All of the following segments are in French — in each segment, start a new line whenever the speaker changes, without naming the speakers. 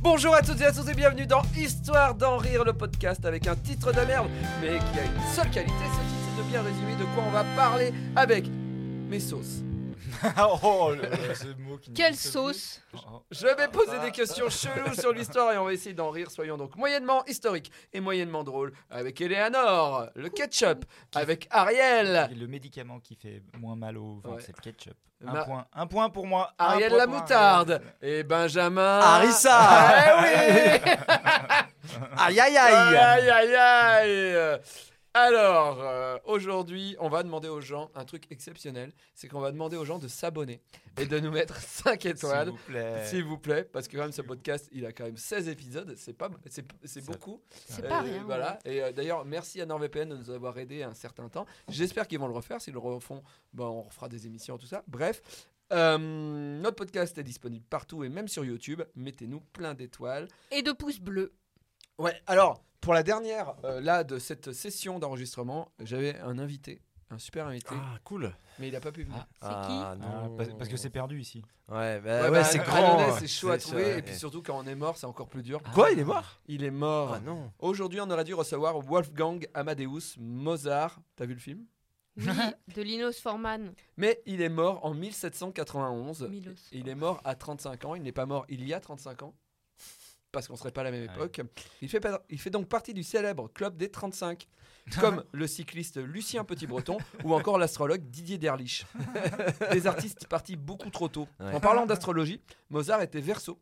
Bonjour à toutes et à tous et bienvenue dans Histoire d'en rire, le podcast avec un titre de merde, mais qui a une seule qualité, ce titre, c'est de bien résumer de quoi on va parler avec mes sauces.
oh, le, le- ce mot qui
Quelle
n'existe
sauce
plus. Oh, oh.
Je vais poser des questions cheloues sur l'histoire et on va essayer d'en rire, soyons donc moyennement historiques et moyennement drôles, avec Eleanor, le ketchup, avec Ariel,
Et Le médicament qui fait moins mal au ventre,
Ouais.
c'est le ketchup.
Ma-
Un point, un point pour moi. un
Ariel
point
la
pour
moutarde
Ariel.
et Benjamin...
Harissa
Eh oui
Aïe aïe
Aïe, aïe, aïe. Alors, euh, aujourd'hui, on va demander aux gens un truc exceptionnel, c'est qu'on va demander aux gens de s'abonner et de nous mettre 5
S'il
étoiles,
vous plaît.
s'il vous plaît, parce que quand même ce podcast, il a quand même 16 épisodes, c'est pas, c'est, c'est
Ça-
beaucoup.
C'est pas
Et
rien.
Voilà. Et euh, d'ailleurs, merci à NordVPN de nous avoir aidés un certain temps. J'espère qu'ils vont le refaire. S'ils le refont, ben, on refera des émissions, tout ça. Bref. Euh, notre podcast est disponible partout et même sur YouTube. Mettez-nous plein d'étoiles.
Et de pouces bleus.
Ouais, alors, pour la dernière, euh, là, de cette session d'enregistrement, j'avais un invité, un super invité,
Ah cool
mais il n'a pas pu venir.
C'est qui
Ah
Ah,
non
parce, parce que c'est perdu ici.
Ouais, bah,
Ouais,
ouais,
bah,
c'est
à
grand
Lyonnais, c'est chaud à
C'est-
trouver,
ouais.
et puis surtout quand on est mort, c'est encore plus dur.
Quoi, il est mort
Il est mort.
Ah non
Aujourd'hui, on aurait dû recevoir Wolfgang Amadeus Mozart. T'as vu le film
Oui, de Linus Forman.
Mais il est mort en 1791.
Milos.
Et Il est mort à 35 ans. Il n'est pas mort il y a 35 ans. Parce qu'on serait pas à la même
Ouais.
époque. Il fait, pas- il fait donc partie du célèbre club des 35, comme le cycliste Lucien Petit-Breton ou encore l'astrologue Didier Derlich. Des artistes partis beaucoup trop tôt.
Ouais.
En parlant d'astrologie, Mozart était verso.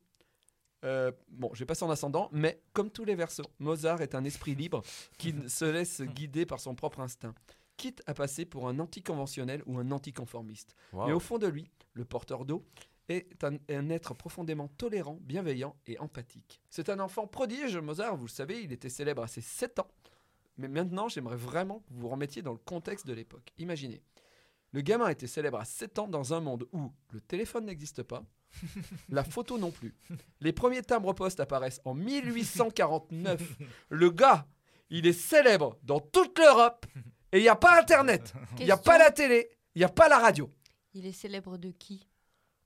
Euh, bon, je vais passer en ascendant, mais comme tous les versos, Mozart est un esprit libre qui ne se laisse guider par son propre instinct, quitte à passer pour un anticonventionnel ou un anticonformiste.
Wow.
Mais au fond de lui, le porteur d'eau est un, un être profondément tolérant, bienveillant et empathique. C'est un enfant prodige, Mozart, vous le savez, il était célèbre à ses 7 ans. Mais maintenant, j'aimerais vraiment que vous vous remettiez dans le contexte de l'époque. Imaginez, le gamin était célèbre à 7 ans dans un monde où le téléphone n'existe pas, la photo non plus. Les premiers timbres-poste apparaissent en 1849. Le gars, il est célèbre dans toute l'Europe et il n'y a pas Internet, il n'y a
Question.
pas la télé, il n'y a pas la radio.
Il est célèbre de qui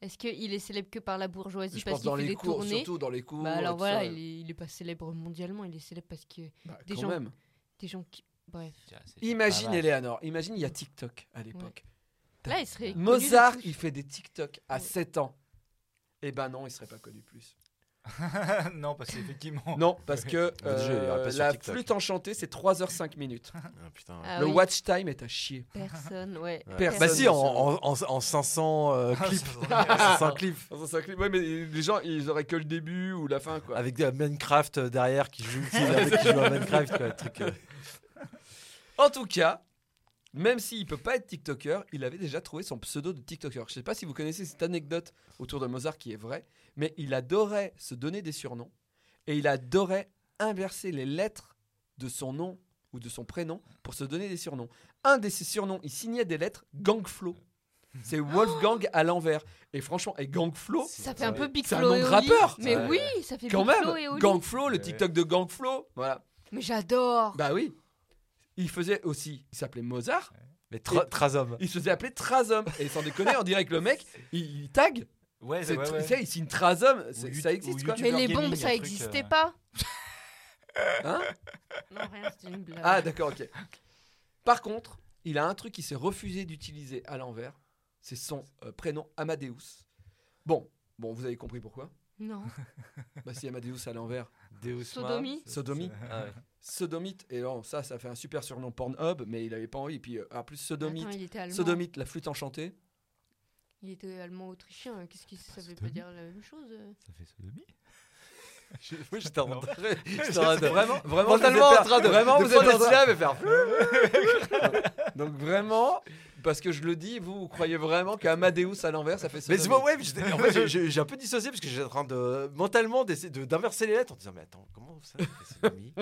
Est-ce qu'il est célèbre que par la bourgeoisie
Je pense
parce qu'il
dans
fait
les
des
cours,
tournées
surtout dans les cours.
Bah alors
tout
voilà,
ça.
il est, il est pas célèbre mondialement, il est célèbre parce que
Bah,
des
quand
gens-
même. Ah
des gens qui. Bref.
Imagine,
pas mal.
Eleanor, imagine, il y a TikTok à l'époque.
Là, il serait. connu de
Mozart,
tous.
il fait des TikTok à
Ouais.
7 ans. Eh ben non, il serait pas connu plus.
non, parce qu'effectivement.
Non, parce que
Votre jeu, il ira
euh,
pas sur
la
TikTok.
flûte enchantée, c'est 3h05 minutes.
Ah, putain.
Ah
Le
oui,
watch time est à chier.
Personne, ouais.
Ouais.
personne
Bah si, en,
ne
en, en, en 500 euh, clips. 500 clips.
Ouais, mais les gens, ils auraient que le début ou la fin, quoi.
Avec de la Minecraft euh, derrière qui joue, qui, qui joue à Minecraft, quoi, le truc. euh.
En tout cas, même s'il peut pas être TikToker, il avait déjà trouvé son pseudo de TikToker. Je sais pas si vous connaissez cette anecdote autour de Mozart qui est vraie, mais il adorait se donner des surnoms et il adorait inverser les lettres de son nom ou de son prénom pour se donner des surnoms. Un de ses surnoms, il signait des lettres Gangflo. C'est Wolfgang à l'envers. Et franchement, et Gangflo,
Ça fait un peu Big
c'est un
Flo
nom
et
de
Oli.
rappeur.
Mais
Ouais.
oui, ça fait
quand
Big Flo et
même,
Oli.
Gangflo, le
Ouais.
TikTok de Gangflo, voilà.
Mais j'adore.
Bah oui. Il faisait aussi, il s'appelait Mozart.
Mais tra Trasom.
Il se faisait appeler Trasom. Et sans déconner, on dirait que le mec, il, il tag.
Ouais,
C'est-
ouais, ouais.
Tu sais, il signe Trasom. c'est-
Ou
Ça
YouTube-
existe,
ou
quoi.
Mais
YouTubeur
les
gaming,
bombes,
un
ça
truc,
existait
euh,
pas.
Hein
Non, rien, c'était une blague.
ah, d'accord, ok. Par contre, il a un truc qui s'est refusé d'utiliser à l'envers. C'est son euh, prénom Amadeus. Bon, bon, vous avez compris pourquoi.
Non.
Bah, si Amadeus à l'envers,
Deus Mars.
Sodomie.
sodomie.
Ah ouais.
Sodomite, et non, ça, ça fait un super surnom Pornhub, mais il avait pas envie. Et puis, euh, en plus, Sodomite,
Attends, il était allemand.
Sodomite, la flûte enchantée.
hein, Il était allemand-autrichien. Qu'est-ce que ça veut pas dire la même chose euh
Ça fait sodomie
Je- Oui, j'étais en
Non.
train de- j'étais en train de.
Vraiment, vraiment,
Mentalement
vous êtes
en train de.
vraiment,
de
vous
prendre
êtes
les
en train-
syllabes et faire.
Donc vraiment, parce que je le dis, vous, vous croyez vraiment qu'Amadeus à l'envers, ça fait
Mais c'est
sodomie.
bon, ouais, mais j'étais- en fait, j'ai- j'ai j'ai un peu dissocié parce que j'étais en train de mentalement d'essayer de- d'inverser les lettres en disant mais attends comment ça c'est mis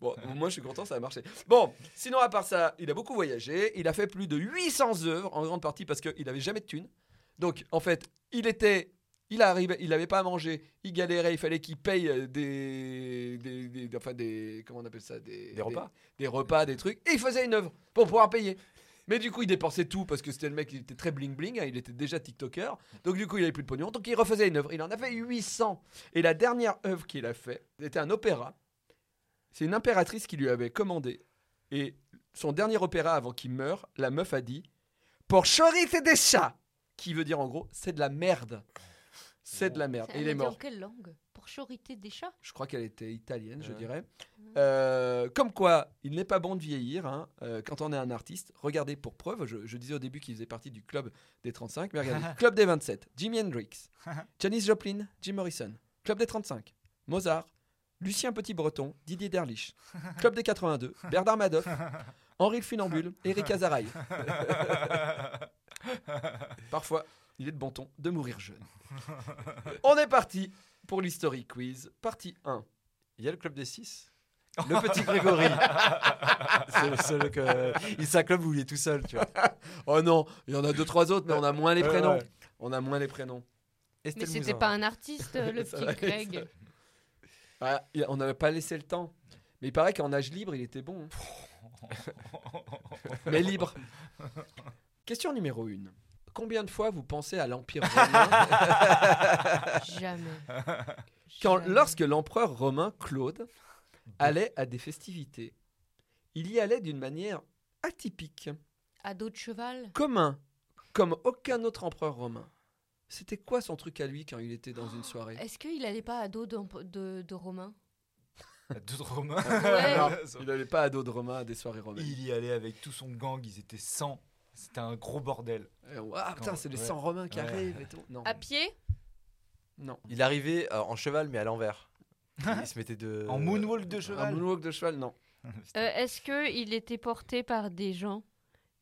Bon, moi je suis content, ça a marché. Bon, sinon à part ça, il a beaucoup voyagé, il a fait plus de 800 œuvres, en grande partie parce qu'il n'avait jamais de thunes. Donc en fait, il était, il arrivait, il n'avait pas à manger, il galérait, il fallait qu'il paye euh, des, des, des- enfin des, comment on appelle ça, des,
Des repas.
des, repas, des trucs, et il faisait une œuvre pour pouvoir payer. Mais du coup, il dépensait tout parce que c'était le mec, il était très bling bling, il était déjà TikToker. Donc du coup, il avait plus de pognon, donc il refaisait une œuvre. Il en a fait 800. Et la dernière œuvre qu'il a fait, c'était un opéra. C'est une impératrice qui lui avait commandé. Et son dernier opéra avant qu'il meure, la meuf a dit Pour Chori, c'est des chats Qui veut dire en gros, c'est de la merde. C'est de la merde.
Ça-
Et il est
elle dit En
mort.
quelle langue Pour choriter des chats
Je crois qu'elle était italienne, je
Ouais.
dirais. Euh, comme quoi, il n'est pas bon de vieillir hein, euh, quand on est un artiste. Regardez pour preuve, je, je disais au début qu'il faisait partie du club des 35, mais regardez, club des 27, Jimi Hendrix, Janis Joplin, Jim Morrison, club des 35, Mozart, Lucien Petit-Breton, Didier Derlich, club des 82, Bernard Madoff, Henri le Funambule, Eric Azaraï. Parfois, il est de bon ton de mourir jeune. On est parti pour l'History Quiz, partie 1.
il y a le club des 6 le petit Grégory c'est le seul que il c'est un club où il est tout seul tu vois
Oh non, il y en a deux trois autres, mais on a moins les
Ouais,
prénoms.
ouais.
On a moins les prénoms.
Estelle
Mais c'était
Mouzin.
pas un artiste, euh, le
Ça
petit
va,
Greg.
Ah, il- on n'avait pas laissé le temps. Mais il paraît qu'en âge libre, il était bon. hein. mais libre. Question numéro 1. Combien de fois vous pensez à l'Empire romain
Jamais.
quand,
Jamais.
lorsque l'empereur romain Claude allait à des festivités Il y allait d'une manière atypique,
À dos de cheval
commun, comme aucun autre empereur romain. C'était quoi son truc à lui quand il était dans une soirée
Est-ce qu'il allait pas à dos d'emp- de, de Romain
D'autres Romains.
Ouais.
Non, il n'allait pas à dos de Romain à des soirées romaines.
Il y allait avec tout son gang, ils étaient 100. C'était un gros bordel.
Et on- Ah putain,
Quand-
c'est les
ouais.
100 romains qui
Ouais.
arrivent et tout. Non,
À pied
non.
il arrivait euh, en cheval mais à l'envers il se mettait de
En moonwalk de
Euh, Un
cheval.
moonwalk de cheval, non.
C'était-
Euh, Est-ce qu'il était porté par des gens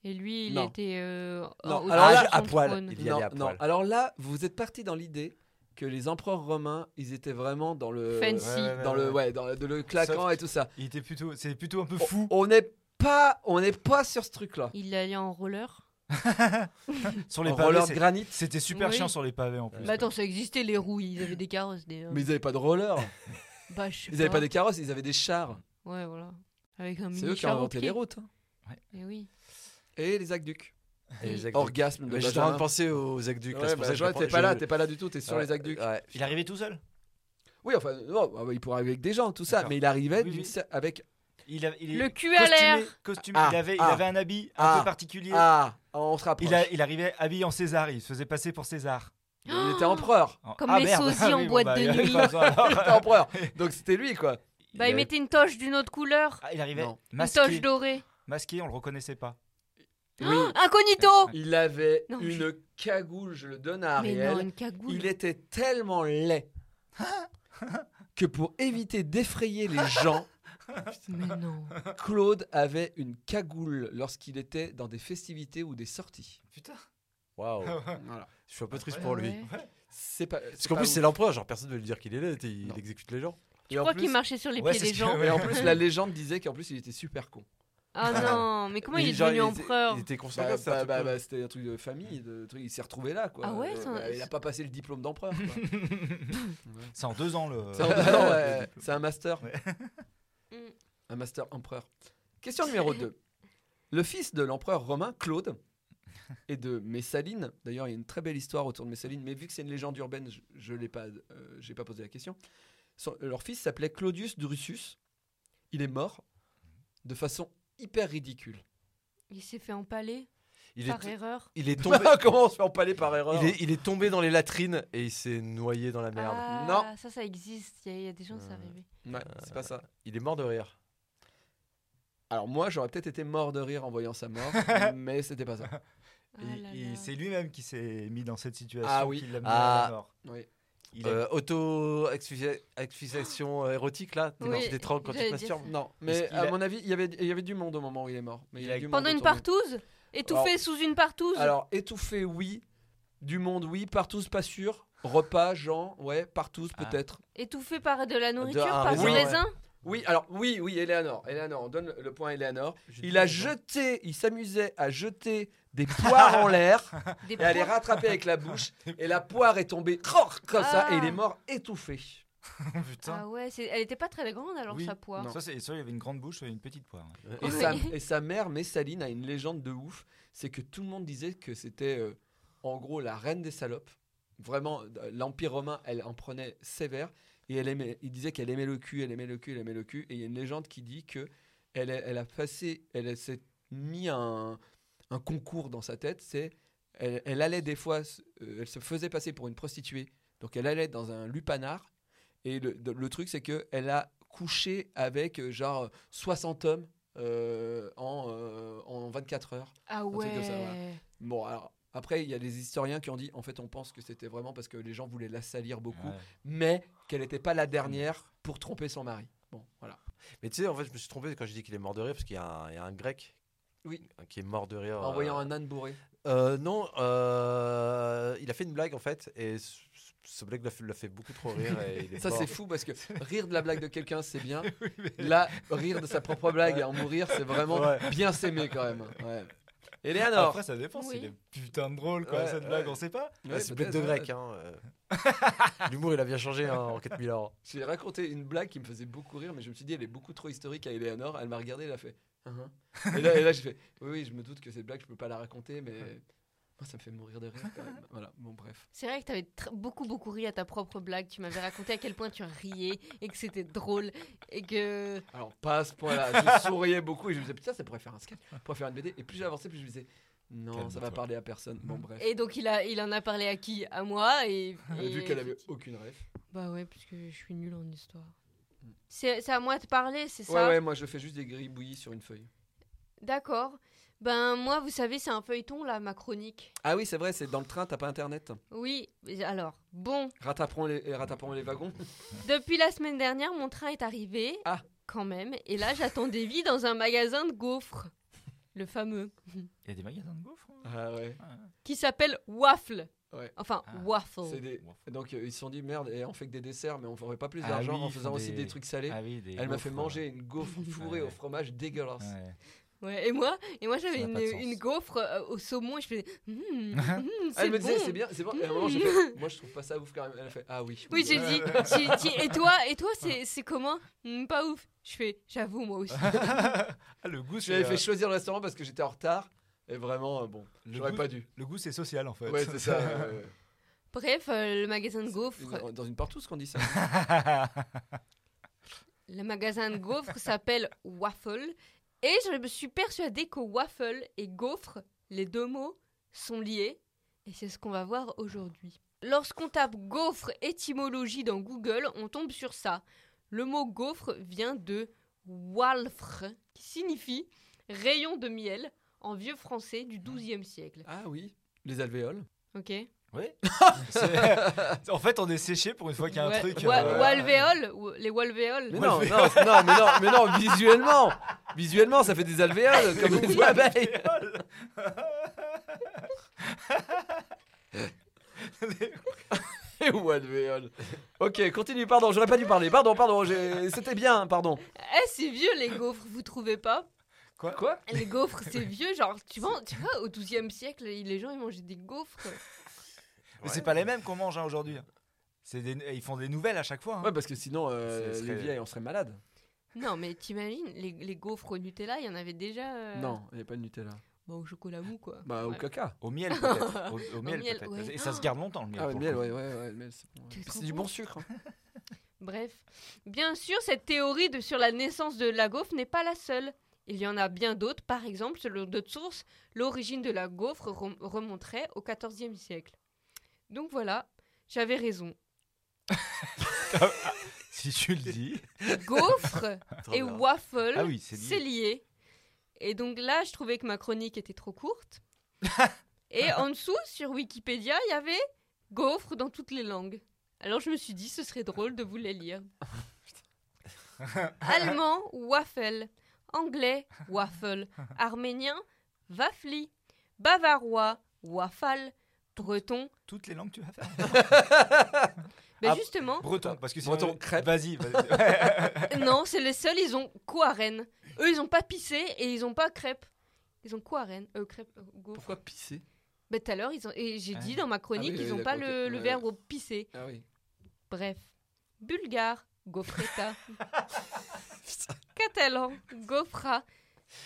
Et lui, il
Non.
était. euh, en-
Non,
au-dessus
alors là,
de son
à poil,
trône.
il y
Non,
allait à
non.
poil.
Alors là, vous êtes parti dans l'idée que les empereurs romains, ils étaient vraiment dans le
Fancy.
dans le Oh, ouais, dans le, de le claquant
Soft.
et tout ça.
Il était plutôt, c'est plutôt un peu
On-
fou.
On n'est pas on n'est pas sur ce truc-là.
Il allait en roller
Sur les
oh, En
pavés,
roller de
c'est-
granit.
c'était super
Oui. Bah,
chiant sur les pavés en plus.
Mais attends, ça existait les roues, ils avaient des carrosses. Des, euh,
Mais ils n'avaient pas de roller.
bah, je sais
Ils n'avaient pas des carrosses, ils avaient des chars.
Ouais, voilà. Avec un mini
C'est eux qui ont
char au
inventé
pied.
les routes. hein.
Eh oui.
Et les aqueducs.
Et les aqueducs.
Orgasme de
Mais j'étais en train de
Benjamin.
penser aux aqueducs là,
Ouais,
c'est pour ça que je
Benjamin,
prends-
t'es pas
je-
là, t'es pas là du tout, t'es sur
Ouais,
les aqueducs.
ouais.
Il arrivait tout seul.
Oui, enfin, non, ah bah, il pourrait arriver avec des gens, tout ça,
D'accord.
mais il arrivait
Oui,
d'une
oui.
sa- avec.
Il a- il est
Le cul à
costumé,
l'air
costumé.
Ah,
il avait, il
ah,
avait un habit un
ah,
peu particulier.
Ah, on se rapproche.
il, a- il arrivait habillé en César. Il se faisait passer pour César.
Il était empereur.
En-
Comme
Ah,
les
merde.
sosies
Ah
en
oui, bon,
boîte
bah,
de
il avait
nuit.
pas besoin, alors.
Il était empereur. Donc c'était lui, quoi.
Bah,
Il
il
avait-
mettait une toche d'une autre couleur.
Ah, il arrivait
Non.
Une
masqué.
toche dorée. Ah,
Masqué, on le reconnaissait pas.
Oui.
Incognito
Il avait
Non,
une
je-
cagoule, je le donne à
Mais non,
Ah, Ariel.
une cagoule.
Il était tellement laid que pour éviter d'effrayer les gens,
Mais non.
Claude avait une cagoule lorsqu'il était dans des festivités ou des sorties.
Putain.
Waouh.
Ah
Voilà.
je suis un peu triste pour lui
Ouais.
C'est pas.
Parce qu'en
pas
plus,
ouf.
c'est l'empereur, genre personne ne veut lui dire qu'il est là, il-
Non.
il exécute les gens.
Et
Je
en
crois
plus-
qu'il marchait sur les
Ouais,
pieds
c'est
des
ce
gens.
que-
Et en plus, la légende disait qu'en plus, il était super con.
Ah non, mais comment il,
Et
est
genre,
devenu
il-
empereur
Il était conscient
Bah,
comme ça,
bah,
tout
bah,
le temps.
bah, c'était un truc de famille, de truc, il s'est retrouvé là quoi.
Ah ouais,
Euh,
ça-
bah, il a pas passé le diplôme d'empereur. quoi.
C'est en deux ans le.
C'est un- non, ouais, c'est un master,
Mm.
un master empereur. Question numéro 2. Le fils de l'empereur romain Claude et de Messaline, d'ailleurs il y a une très belle histoire autour de Messaline, mais vu que c'est une légende urbaine, je- je l'ai pas, euh, j'ai pas posé la question. Son- euh, leur fils s'appelait Claudius Drusus. Il est mort de façon hyper ridicule.
Il s'est fait empaler
il,
par
est,
erreur.
il est tombé.
Comment on se fait empaler par bah. erreur
Il est, il est tombé dans les latrines et il s'est noyé dans la merde.
Ah,
Non.
Ça, ça existe. Il y a- il y, a des gens, ça
Euh.
arrivé.
Ouais, c'est pas ça.
Il est mort de rire.
Alors moi, j'aurais peut-être été mort de rire en voyant sa mort, mais c'était pas ça.
Ah
Il-
là
il-
là.
C'est lui-même qui s'est mis dans cette situation.
Ah oui.
Qui l'a mené à
Ah.
la mort.
Oui.
Il a-
Euh, Auto-exfixation érotique, là T'es
Oui,
dans- T'es tranquille quand tu
j'allais
te
dire
masturbes
Non, mais
qu'il
à
a-
mon avis, il y avait- il y avait du monde au moment où il est mort. Mais il y
Il
a
a-
du monde
Pendant une
autour de lui.
partouze Étouffé sous une partouze
Alors, étouffé, oui. Du monde, oui. Partouze, pas sûr. Repas, Jean, ouais. Partouze,
Ah.
peut-être.
Étouffé par de la nourriture,
un
par
raisin,
du raisin
Oui, alors, oui, oui, Eleanor. Eleanor, on donne le point à Eleanor. Il a jeté, il s'amusait à jeter des poires en l'air
Des
et à les
poires.
rattraper avec la bouche. Et la poire est tombée croc, comme ça et il est mort étouffé.
Putain.
Ah ouais, c'est- elle était pas très grande alors
Oui.
sa poire.
Non.
Soit, c'est- soit il avait une grande bouche, soit une petite poire.
Et
Oui.
sa, et sa mère, Messaline, a une légende de ouf. C'est que tout le monde disait que c'était euh, en gros la reine des salopes. Vraiment, euh, l'Empire romain, elle en prenait sévère. Et elle aimait, il disait qu'elle aimait le cul, elle aimait le cul, elle aimait le cul. Et il y a une légende qui dit que elle, a- elle a passé, elle s'est mis un, un concours dans sa tête. C'est, elle, elle allait des fois, s- euh, elle se faisait passer pour une prostituée. Donc elle allait dans un lupanar. Et le, de- le truc, c'est que elle a couché avec euh, genre 60 hommes euh, en, euh, en 24 heures.
Ah
truc comme ça, voilà.
ouais.
Bon, alors, après, il y a des historiens qui ont dit, en fait, on pense que c'était vraiment parce que les gens voulaient la salir beaucoup,
Ouais.
mais qu'elle n'était pas la dernière pour tromper son mari. Bon, voilà.
Mais tu sais, en fait, je me suis trompé quand j'ai dit qu'il est mort de rire, parce qu'il y, a un- il y a un grec
Oui.
qui est mort de rire.
En voyant
euh,
un âne bourré.
Euh, non, euh, il a fait une blague en fait, et ce- ce blague l'a fait, l'a fait beaucoup trop rire. Et il est
Ça,
mort.
c'est fou parce que rire de la blague de quelqu'un, c'est bien. Là, rire de sa propre blague et en mourir, c'est vraiment
Ouais.
bien s'aimer quand même. Ouais. Eleanor
Après, ça dépend.
Oui.
C'est des putains de drôles, quoi,
Ouais,
cette
ouais.
blague, on sait pas.
Ouais,
Ouais,
c'est blague de
peut-être,
grec.
ouais.
hein, euh. L'humour, il a bien changé hein, en 4000 ans.
J'ai raconté une blague qui me faisait beaucoup rire, mais je me suis dit, elle est beaucoup trop historique à Eleanor. Elle m'a regardé, elle a fait. Hein, hein. Et là, et là j'ai fait, oui, oui, je me doute que cette blague, je peux pas la raconter, mais moi, ça me fait mourir de rire quand même. Voilà, bon, bref.
C'est vrai que t'avais tr- beaucoup beaucoup ri à ta propre blague. Tu m'avais raconté à quel point tu riais et que c'était drôle et que
Alors, pas à ce point-là. Je souriais beaucoup et je me disais, putain, ça pourrait faire un sketch, ça pourrait faire une BD. Et plus j'avançais, plus je me disais, non, ça va
Calme-toi.
parler à personne. Bon, bref. Euh,
et donc il a il en a parlé à qui À moi et, et-
Vu qu'elle avait aucune rêve.
Bah ouais, parce que je suis nulle en histoire. C'est c'est à moi de parler, c'est
Ouais,
ça
ouais, moi, je fais juste des gribouillis sur une feuille.
D'accord. Ben moi, vous savez, c'est un feuilleton là, ma chronique.
Ah oui, c'est vrai, c'est dans le train, t'as pas internet.
Oui, mais alors, bon,
Rattrapons les, rattrapons les wagons.
depuis la semaine dernière, mon train est arrivé.
Ah.
Quand même. Et là, j'attendais vie dans un magasin de gaufres. Le fameux.
Il y a des magasins de gaufres. hein.
Ah ouais.
Qui s'appelle Waffle.
Ouais.
Enfin,
Ah,
C'est
Waffle.
des, Et Donc euh, ils se sont dit merde, et on fait que des desserts, mais on ferait pas plus
Ah
d'argent
oui,
en
ils
faisant
font
aussi
des-
des trucs salés.
Ah oui, des
Elle m'a
gaufres,
fait manger une gaufre fourrée au
Ouais.
fromage dégueulasse.
ouais. Ouais.
Ouais, et moi, et moi j'avais
Ça n'a
une,
pas de sens.
une gaufre euh, au saumon et je faisais. Hum, hum, c'est
Elle me
bon.
disait c'est bien, c'est bon. Et à un moment j'ai fait, moi je trouve pas ça ouf quand même. Elle a fait ah oui.
Oui, j'ai dit, j'ai dit, et toi, et toi, c'est, c'est comment Hmm, Pas ouf. Je fais, j'avoue, moi aussi.
Ah, le goût,
Je
c'est.
lui avais
euh,
fait choisir le restaurant parce que j'étais en retard et vraiment euh, bon,
Le
j'aurais
goût-
pas dû.
Le goût, c'est social en fait.
Ouais c'est ça. euh,
Bref, euh, le magasin de gaufres,
une- dans une partout ce qu'on dit ça.
le magasin de gaufres s'appelle Waffle, et je me suis persuadée que waffle et gaufre, les deux mots, sont liés, et c'est ce qu'on va voir aujourd'hui. Lorsqu'on tape gaufre étymologie dans Google, on tombe sur ça. Le mot gaufre vient de walfre, qui signifie rayon de miel en vieux français du XIIe siècle.
Ah oui. Les alvéoles.
Ok.
Oui. en fait, on est séché pour une fois qu'il y a un
Ouais,
truc.
wa-
euh,
Walvéole, ou- les walvéoles.
Mais non, non, non, mais non, mais non, visuellement, visuellement, ça fait des alvéoles comme une abeille. Ou alvéoles. Ok, continue. Pardon, j'aurais pas dû parler. Pardon, pardon. j'ai- C'était bien. Pardon.
Eh, c'est vieux les gaufres, vous trouvez pas
Quoi
Quoi
Les gaufres, c'est vieux, genre, tu vois, tu vois au XIIe siècle, il- les gens, ils mangeaient des gaufres.
Mais c'est pas les mêmes qu'on mange hein, aujourd'hui. C'est des... Ils font des nouvelles à chaque fois. hein.
Ouais, parce que sinon, euh,
Ce serait-
les vieilles, on serait malade.
Non, mais t'imagines, les, les gaufres au Nutella, il y en avait déjà... euh,
Non, il n'y a pas de Nutella.
Bah, au chocolat mou, quoi.
Bah, au
Ouais.
caca.
Au miel peut-être. Au, au miel,
miel,
peut-être.
ouais.
Et ça se garde longtemps le miel.
Ah, ouais,
pour
le
le
miel,
coup.
ouais, ouais, ouais, le miel, c'est bon.
C'est
Puis
trop
C'est du
bon.
bon sucre. hein.
Bref. Bien sûr, cette théorie de, sur la naissance de la gaufre n'est pas la seule. Il y en a bien d'autres, par exemple, selon d'autres sources, l'origine de la gaufre rem- remonterait au XIVe siècle. Donc voilà, j'avais raison.
Si tu le dis.
Gaufre
Trop
et
bien.
waffle,
Ah oui, c'est lié.
c'est lié. Et donc là, je trouvais que ma chronique était trop courte. et en dessous, sur Wikipédia, il y avait gaufre dans toutes les langues. Alors je me suis dit, ce serait drôle de vous les lire. Allemand, Waffel. Anglais, Waffle. Arménien, Wafli. Bavarois, Waffal. Breton,
Toutes les langues que tu vas faire.
ben
Ah,
justement,
Breton, parce que sinon-
Breton, crêpe.
Vas-y, vas-y.
non, c'est les seuls, ils ont quoi à Rennes Eux, ils ont pas pissé et ils ont pas crêpe. Ils ont quoi à Rennes Euh, crêpe, euh, gaufre.
Pourquoi pisser
Ben tout à l'heure, ils ont... et j'ai
Ah.
dit dans ma chronique,
oui,
ils
oui,
ont pas
d'accord,
le,
ok.
le
Ouais,
verbe pisser.
Ah oui.
Bref. Bulgare, gaufreta. Catalan, gaufra.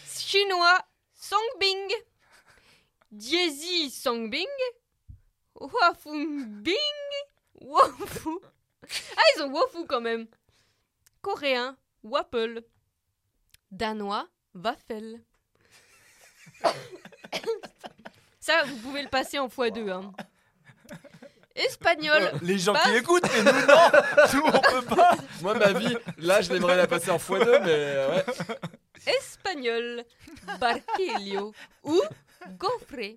Chinois, songbing. Diezi, songbing. Wafumbing. Wafu. Ah, ils ont wafu quand même. Coréen, waffle. Danois, waffel. Ça, vous pouvez le passer en x2. hein. Espagnol,
Les gens qui
Bah.
écoutent, mais nous, non Nous, on peut pas
Moi, ma vie, là, je l'aimerais la passer en x2, mais euh, ouais.
espagnol, barquillo ou gaufre.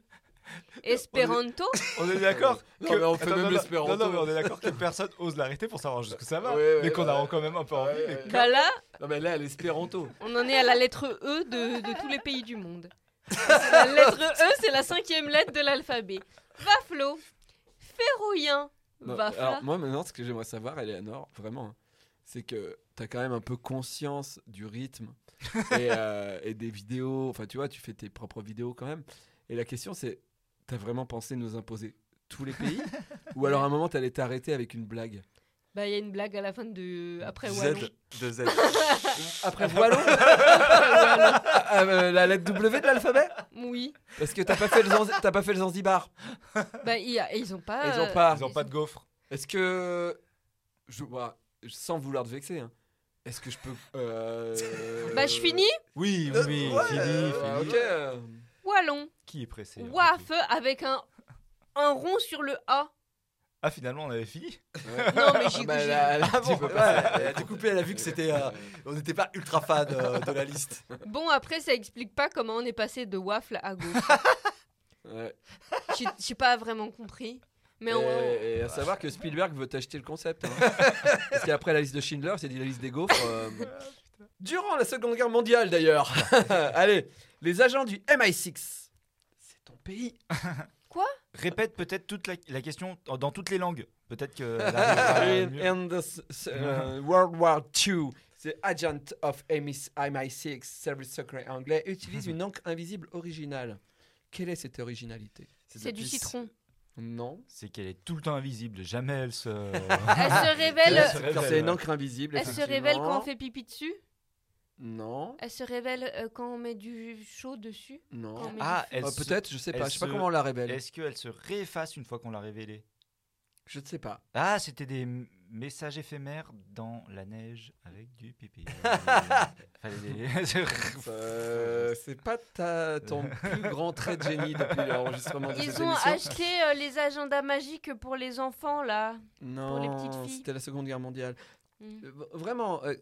Espéranto,
On est d'accord
Non,
que-
mais on fait
Attends,
même
non, non,
l'espéranto.
Non, non, mais on est d'accord que personne ose l'arrêter pour savoir jusqu'où ça va.
Ouais, ouais,
mais qu'on
ouais,
a
ouais.
quand même un peu envie.
Ouais,
mais-
ouais.
bah là,
Non, mais là, l'espéranto.
on en est à la lettre E de, de tous les pays du monde. La lettre E, c'est la cinquième lettre de l'alphabet. Vaflo, ferroïen,
Non,
vafla.
alors moi maintenant, ce que j'aimerais savoir, Eleanor, vraiment, hein, c'est que t'as quand même un peu conscience du rythme et, euh, et des vidéos. Enfin, tu vois, tu fais tes propres vidéos quand même. Et la question, c'est, t'as vraiment pensé nous imposer tous les pays Ou alors à un moment, t'allais t'arrêter avec une blague
Bah, il y a une blague à la fin de. Après Wallon.
Z, de Z.
Après Wallon Ah, euh, La lettre W de l'alphabet
Oui.
Parce que t'as pas, fait le Zanzi- t'as pas fait le Zanzibar.
Bah, il y a- et ils ont pas.
Ils ont
euh,
pas.
Ils ont pas de gaufre.
Est-ce que. Je, bah, sans vouloir te vexer, hein, est-ce que je peux. euh,
Bah, je finis.
Oui, oui,
Euh,
oui.
ouais,
fini,
euh,
fini.
ok, euh,
Wallon,
Qui est pressé hein, après tout
waf, avec un, un rond sur le A.
Ah, finalement, on avait fini
Non, mais j'y-
Ah, bah,
j'y-
elle a- elle a un petit
bon,
peu
ouais,
passé. Elle a découpé, elle a vu que c'était. euh, on n'était pas ultra fan euh, de la liste.
Bon, après, ça explique pas comment on est passé de waffle à gaufre.
ouais.
J'ai- J'ai pas vraiment compris. Mais on-
et, et à savoir que Spielberg veut t'acheter le concept. hein. Parce qu'après la liste de Schindler, c'est dit la liste des gaufres. euh. Durant la Seconde Guerre mondiale, d'ailleurs. Allez, les agents du MI6. C'est ton pays.
Répète peut-être toute la, la question en- dans toutes les langues. Peut-être que. la- la- mieux.
And the s- s- euh, World War II. The agent of MI6, service secret anglais, utilise une encre invisible originale. Quelle est cette originalité
c'est du citron.
Non.
C'est qu'elle est tout le temps invisible. Jamais elle se. Ah,
Elle se
Elle
révèle. euh,
se révèle.
C'est une encre invisible.
Elle se révèle quand
effectivement.
on fait pipi dessus.
Non,
Elle se révèle euh, quand on met du chaud dessus.
non.
Quand on met
Ah,
du-
elle
Euh,
se-
Peut-être, je sais pas.
elle
Je sais pas
se-
comment on la révèle.
Est-ce qu'elle se réefface une fois qu'on l'a révélée
Je ne sais pas.
Ah, c'était des m- messages éphémères dans la neige avec du pipi. Fallait des-
Euh, c'est pas ta- ton plus grand trait de génie depuis l'enregistrement de Ah, cette
Ils ont
émission.
acheté euh, les agendas magiques pour les enfants là.
Non,
les petites filles.
c'était la Seconde Guerre mondiale.
Mm.
Euh, v- Vraiment, euh,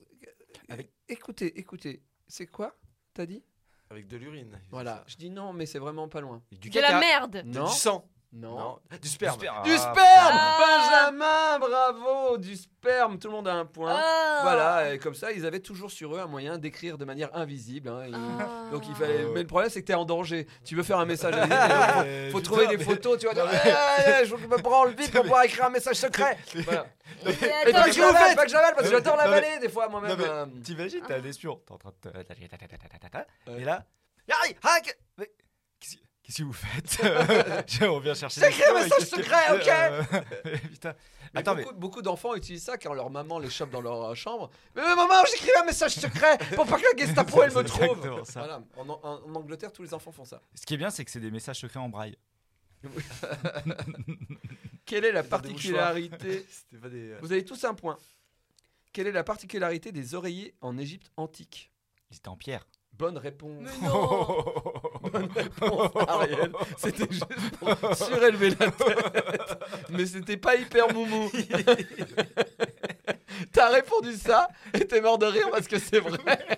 écoutez, écoutez. C'est quoi T'as dit
Avec de l'urine.
Voilà. Je dis non, mais c'est vraiment pas loin.
Du
De la merde.
Non.
Du sang.
Non.
Non. Du sperme.
Du sperme Ah,
Ah.
Benjamin, bravo Du sperme Tout le monde a un point.
Ah.
Voilà, euh, et comme ça, ils avaient toujours sur eux un moyen d'écrire de manière invisible. hein. Ils-
Ah.
Donc il fallait.
Ah ouais.
Mais le problème, c'est que t'es en danger. Tu veux faire un message. à
Euh,
Faut
putain,
trouver des
mais-
photos, tu vois.
Non,
dire, Eh, eh, je me branle vite pour pouvoir écrire un message secret. Voilà.
Et
Et
attends,
pas que je l'avale, pas que je l'avale, parce que
Non,
j'adore la
mais-
balai des fois
Non,
moi-même.
mais
euh,
T'imagines, t'as un espion, t'es en train de te.
Ouais.
Et là. Yari, hack Mais Qu'est-ce que- qu'est-ce que vous faites Je- On vient chercher. l'espion,
Secret,
mais
message
qu'est-ce que-
secret,
Euh, Putain.
mais
Attends, mais.
beaucoup, beaucoup d'enfants utilisent ça quand leur maman les chope dans leur euh, chambre. Mais, mais maman, j'écris un message secret pour pas que la Gestapo elle me
C'est
trouve.
exactement ça.
Voilà. En, en- en Angleterre, tous les enfants font ça.
Ce qui est bien, c'est que c'est des messages secrets en braille.
Quelle est la
C'est dans des
particularité
C'était pas des. euh,
Vous avez tous un point. Quelle est la particularité des oreillers en Égypte antique
Ils étaient en pierre.
Bonne réponse.
Mais non.
Bonne réponse, Ariel. C'était juste pour surélever la tête. Mais c'était pas hyper moumou. T'as répondu ça et t'es mort de rire parce que c'est vrai.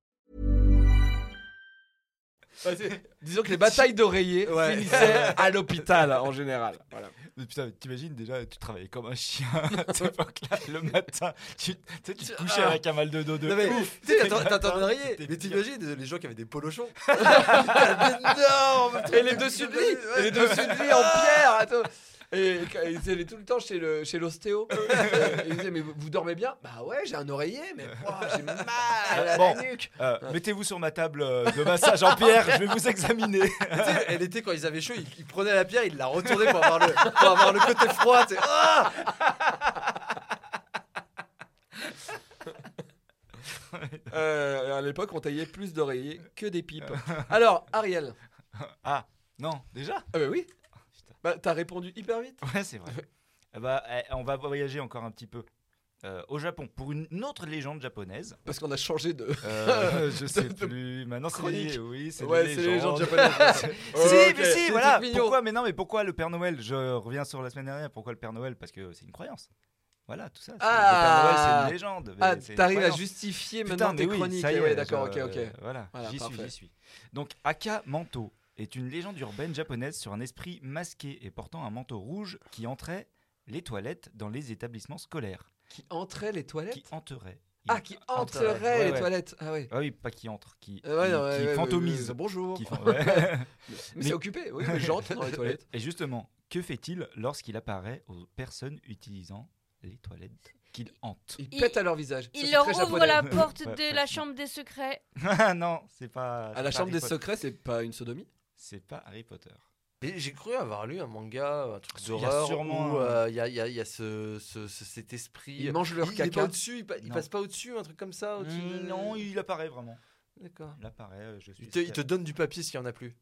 Bah, c'est- Disons que les batailles d'oreiller
Ouais.
finissaient à l'hôpital en général. Voilà.
Mais putain, mais t'imagines déjà, tu travaillais comme un chien à cette époque-là, le matin. Tu, tu sais, tu te couchais avec un mal de dos de
Non, mais,
ouf.
tu sais, t'attends-
C'était
t'attends
matin,
de rien.
c'était
Mais
pire.
t'imagines les gens qui avaient des polochons Énorme
Et les dessus de lit Et les dessus de lit en pierre attends. Et quand- ils allaient tout le temps chez le chez l'ostéo. Et Ils disaient mais vous vous dormez bien Bah ouais j'ai un oreiller mais ouah, j'ai mal à la
Bon.
nuque.
Euh, Mettez-vous sur ma table euh, de massage en pierre, je vais vous examiner.
Tu sais, Elle était quand ils avaient chaud, ils, ils prenaient la pierre, ils la retournaient pour avoir le, pour avoir le côté froid. tu sais. Ah
Euh, à l'époque on taillait plus d'oreillers que des pipes. Alors Ariel.
Ah, non, déjà
Ah bah oui.
Putain.
Bah t'as répondu hyper vite.
Ouais, c'est vrai. Eh bah, eh, on va voyager encore un petit peu euh, au Japon pour une autre légende japonaise.
Parce qu'on a changé de.
Euh, je sais
de-
plus. Maintenant, c'est
chronique.
les- oui, c'est
Ouais,
les
c'est les légendes
légendes
japonaises.
si,
Ok,
mais si,
c'est
voilà.
mignon.
Pourquoi Mais non, mais pourquoi le Père Noël Je reviens sur la semaine dernière. Pourquoi le Père Noël Parce que c'est une croyance. Voilà, tout ça. c'est- le Père
Ah.
Noël, c'est une légende. mais
Ah,
c'est une
t'arrives à
croyance.
justifier
Putain,
maintenant
mais
tes
oui,
chroniques.
ça y
Eh
est,
ouais, d'accord, ok,
je- euh,
ok.
Voilà,
Voilà,
j'y suis,
parfait.
j'y suis. Donc, Aka Manto est une légende urbaine japonaise sur un esprit masqué et portant un manteau rouge qui entrait les toilettes dans les établissements scolaires.
Qui entrait les toilettes
Qui enterait.
Ah, qui
entrait.
entrerait
Ouais,
les
ouais.
toilettes. Ah ouais.
Ah oui, pas qui entre, qui,
Euh, ouais,
qui-
non, ouais,
qui
ouais, ouais,
fantomise.
ouais, bonjour.
Qui fan- ouais.
Mais
Mais-
c'est occupé, oui, mais j'entre dans les toilettes.
Et justement, que fait-il lorsqu'il apparaît aux personnes utilisant les toilettes qu'il hante
Ils
Il-
pètent à leur visage. Ça,
Il
c'est
leur
très
ouvre
japonais.
la porte
Ouais,
de la
facile.
chambre des secrets.
Ah non, c'est pas.
À
c'est
la
pas
chambre
Harry
des
Potter.
secrets, c'est pas une sodomie
C'est pas Harry Potter.
Et J'ai cru avoir lu un manga, un truc
Il y a
d'horreur
sûrement
où
un-
euh, il y, a, il y a- il y a ce, ce- ce- cet esprit.
Ils mangent leur
il, il est pas
caca.
au-dessus, il, pa- il
Non. Mm,
passe pas au-dessus, un truc comme ça.
Oh,
au-dessus de-
Mmh, non, il apparaît vraiment.
D'accord.
Il apparaît, euh, je suis.
Il te, il te donne du papier s'il y en a plus.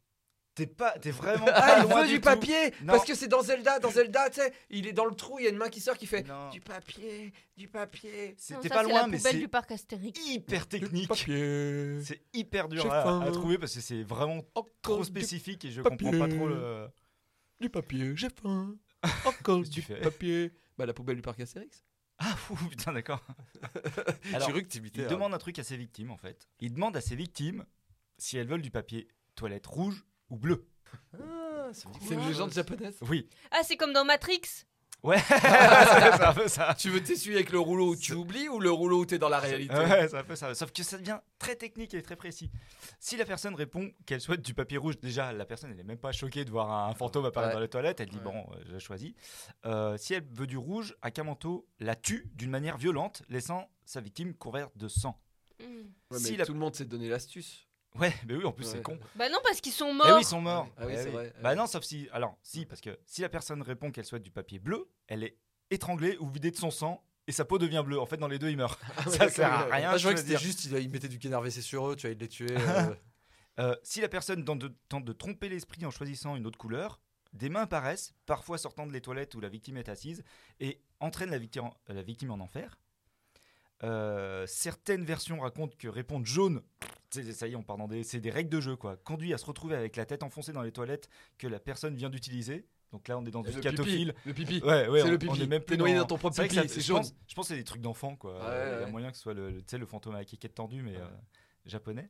T'es pas, t'es vraiment pas
Ah, il
loin
veut du
tout.
papier
Non.
Parce que c'est dans Zelda, dans Zelda, tu sais, il est dans le trou, il y a une main qui sort qui fait
Non,
du papier, du papier.
Non,
c'était
ça,
pas
c'est
loin,
la
mais
poubelle
c'est
du parc Astérix.
hyper
Du
technique.
papier.
C'est hyper dur
J'ai faim.
à, à trouver parce que c'est vraiment
Encore
trop
du,
spécifique et je
papier.
comprends pas trop le.
du papier, j'ai faim. Encore
Qu'est-ce que tu
du
fais
papier. Bah, la poubelle du parc Astérix.
Ah fou, putain, d'accord.
J'ai
Alors,
cru que t'imitais. hein.
Il
un-
demande un truc à ses victimes en fait. Il demande à ses victimes si elles veulent du papier toilette rouge ou bleu.
Ah, ça me dit
C'est une
quelque
légende
chose.
japonaise.
Oui.
Ah, c'est comme dans Matrix.
Ouais, c'est un peu ça.
Ah, Tu veux t'essuyer avec le rouleau où tu oublies ou le rouleau où t'es dans la réalité
Ah Ouais, c'est un peu ça. Sauf que ça devient très technique et très précis. Si la personne répond qu'elle souhaite du papier rouge, déjà, la personne, elle n'est même pas choquée de voir un fantôme apparaître
Ouais.
dans les toilettes. Elle dit,
Ouais.
bon, euh, je choisis. Euh, si elle veut du rouge, Akamanto la tue d'une manière violente, laissant sa victime couverte de sang.
Hmm.
Ouais, mais
Si la-
tout le monde s'est donné l'astuce.
Ouais, mais oui, en plus,
Ouais.
c'est con.
Bah non, parce qu'ils sont
Eh
morts.
oui, ils sont morts.
Ah oui,
Eh
c'est vrai.
Bah non, sauf si. Alors, si, parce que si la personne répond qu'elle souhaite du papier bleu, elle est étranglée ou vidée de son sang et sa peau devient bleue. En fait, dans les deux, il meurt. ça sert à rien.
Ah,
je
je crois
veux
que c'était
dire.
juste, il, il mettait du canard WC sur eux, tu vois, il les tuait. euh,
Euh, si la personne tente de, tente de tromper l'esprit en choisissant une autre couleur, des mains apparaissent, parfois sortant de les toilettes où la victime est assise, et entraînent la victime en, la victime en enfer. Euh, certaines versions racontent que répondre jaune, c'est- ça y est, on part dans des, c'est des règles de jeu, quoi, conduit à se retrouver avec la tête enfoncée dans les toilettes que la personne vient d'utiliser. Donc là, on est dans du
Le
scatophile.
pipi. Le pipi.
Ouais, ouais,
C'est
on-
le pipi.
On est même
T'es
plus
noyé dans ton propre
C'est vrai que
pipi,
ça-
c'est
je
jaune.
pense, je pense que c'est des trucs d'enfant, quoi.
Ouais,
Euh, Il y a
ouais.
moyen que ce soit le, le- tu sais, le fantôme à la quéquette tendue, mais euh, japonais.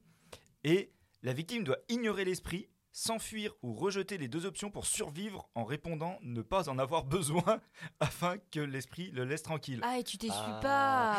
Et la victime doit ignorer l'esprit, s'enfuir ou rejeter les deux options pour survivre en répondant ne pas en avoir besoin afin que l'esprit le laisse tranquille.
Ah, et tu t'essuies
Ah.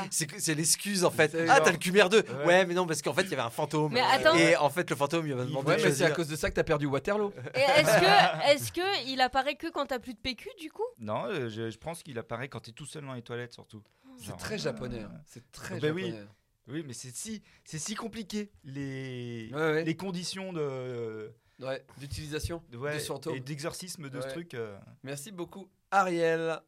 pas.
C'est que- c'est l'excuse en fait.
C'est
Ah,
genre-
t'as le cumère 2.
Ouais.
Ouais. mais non, parce qu'en fait, il y avait un fantôme.
Mais attends.
Et en fait, le fantôme, il va
Il-
demander.
Ouais,
de
mais c'est à
choisir.
cause de ça que t'as perdu Waterloo.
Et est-ce que, est-ce que il apparaît que quand t'as plus de PQ du coup
Non, euh, je, je pense qu'il apparaît quand t'es tout seul dans les toilettes, surtout.
C'est
Genre,
très
euh,
japonais. hein. C'est très
Ben oui.
japonais.
Oui, mais c'est si, c'est si compliqué les,
Ouais, ouais.
les conditions de,
Ouais, d'utilisation
de- ouais,
des fantômes.
et d'exorcisme de ce
Ouais.
truc. euh.
Merci beaucoup, Ariel.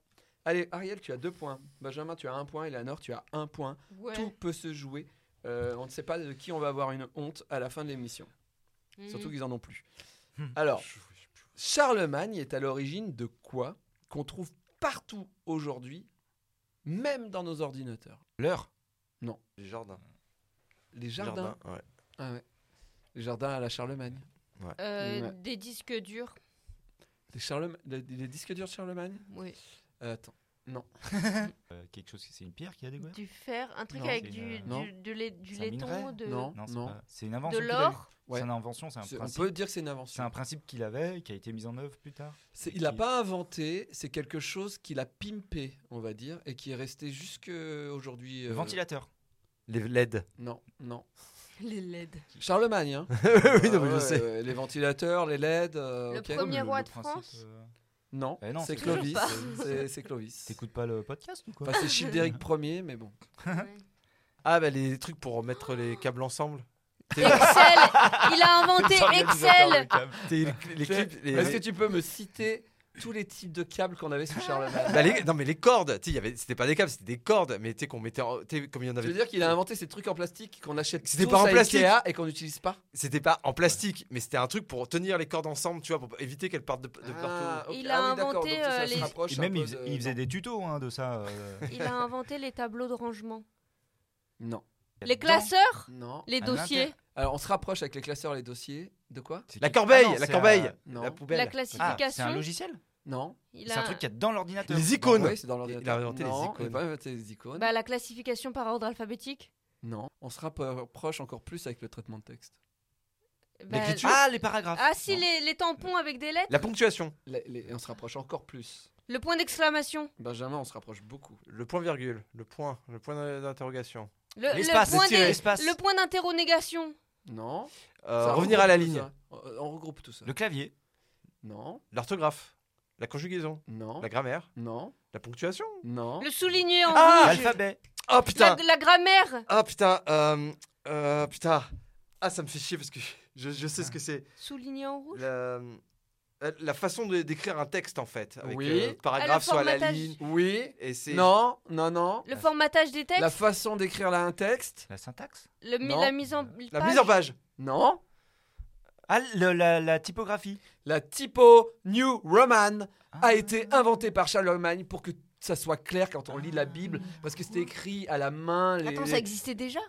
Allez, Ariel, tu as deux points. Benjamin, tu as un point. Eleanor, tu as un point.
Ouais.
Tout peut se jouer Euh, on ne sait pas de qui on va avoir une honte à la fin de l'émission.
Mhm.
Surtout qu'ils en ont plus.
Hmm.
Alors, Charlemagne est à l'origine de quoi qu'on trouve partout aujourd'hui, même dans nos ordinateurs
L'heure
Les jardins.
Les jardins.
ouais.
Ah ouais. Les jardins à la Charlemagne.
Euh,
Ouais.
Des disques durs.
Les, Charlem- les- les disques durs de Charlemagne
Oui.
Euh, Attends.
Euh, quelque chose, c'est une pierre qui a découvert
Du fer, un truc
Non,
avec
c'est
du,
une-
du-
Non.
de lait- du
C'est un
laiton,
minerai.
de,
Non.
Non, c'est pas- c'est une invention.
de
qu'il a
l'or.
eu. C'est
Ouais.
une invention, c'est un
C'est- On
principe.
peut dire que c'est une
C'est
invention.
un principe qu'il avait, qui a été mis en œuvre plus tard.
C'est- Il l'a
Qui-
pas inventé, c'est quelque chose qu'il a pimpé, on va dire, et qui est resté jusque aujourd'hui. euh,
Ventilateur.
Les LED.
Non, non.
Les LED.
Charlemagne, hein
oui, non,
Ah
mais je
ouais,
sais.
euh, les ventilateurs, les LED. euh,
Le
ok.
premier
Le-
roi
le
de
principe,
France.
euh,
Non,
Eh non,
c'est
c'est toujours
Clovis.
pas.
C'est- C'est Clovis.
T'écoutes pas le podcast ou quoi
Enfin, c'est Childéric Ier, mais bon.
Ouais.
Ah, bah les trucs pour remettre les câbles ensemble.
Excel Il a inventé Excel
T'es- les, les
J'ai-
clips, les-
Est-ce que tu peux me citer tous les types de câbles qu'on avait sous
Ah.
Charlemagne
Bah, les- non mais les cordes, tu sais, il y avait- c'était pas des câbles, c'était des cordes, mais tu sais qu'on mettait, en- tu sais, comme il y en
Je veux
avait,
dire qu'il a inventé ces trucs en plastique qu'on achète
C'était
tous
pas en
à
plastique.
Ikea et qu'on n'utilise pas.
c'était pas en plastique, mais c'était un truc pour tenir les cordes ensemble, tu vois, pour éviter qu'elles partent de, de
Ah,
partout.
ok.
Il a
Ah oui, d'accord,
inventé,
donc ça, ça
euh,
se
les-
rapproche
Et
un
même,
peu
il, faisait-
de-
il faisait des tutos hein, de ça. euh,
Il a inventé les tableaux de rangement.
Non,
Les
dedans.
classeurs
non.
Les
Un
dossiers
Alors on se rapproche avec les classeurs, les dossiers. De quoi
La corbeille,
Ah non,
la
c'est
corbeille,
un-
Non.
la
La
poubelle.
Ah, c'est
classification
un logiciel
Non.
il
C'est
a-
un truc qu'il y a dans l'ordinateur.
Les icônes.
Oui, c'est dans l'ordinateur.
Il a inventé les
Non,
icônes.
Il a pas inventé les icônes.
bah, La classification par ordre alphabétique
Non. On se rapproche encore plus avec le traitement de texte.
Bah,
L'écriture.
Ah, les paragraphes.
Ah si,
Non.
les, les tampons avec des lettres
La ponctuation,
Les- les- et on se rapproche encore plus.
Le point d'exclamation
Benjamin, on se rapproche beaucoup.
le point virgule, le point, le point d'interrogation.
Le, le
L'espace,
point
c'est tiré,
d'é-
l'espace.
le point d'interrogation
Non.
Euh,
Ça
revenir à
regroupe
la
tout
ligne,
ça. On on regroupe tout ça.
Le clavier.
Non.
l'orthographe, la conjugaison,
Non.
la grammaire,
Non.
la ponctuation.
Non.
Le souligné en
Ah,
rouge
L'alphabet.
Oh
la,
putain,
la grammaire
ah putain, euh, euh, putain. Ah, ça me fait chier parce que je, je sais ce que c'est.
Souligné en rouge
La, euh, la façon de- d'écrire un texte en fait, avec
Oui.
euh, paragraphe
Ah, le
soit à la
formatage.
ligne.
Oui.
Et c'est
Non. Non, non.
Le formatage des textes
La façon d'écrire là un texte
La syntaxe.
le, mi-
Non.
La mise en
la mise en page.
Non.
Ah, le- la, la typographie.
La typo New Roman
Ah.
a été inventée par Charlemagne pour que ça soit clair quand on lit la Bible, parce que c'était écrit à la main. Les,
Attends,
les-
ça existait déjà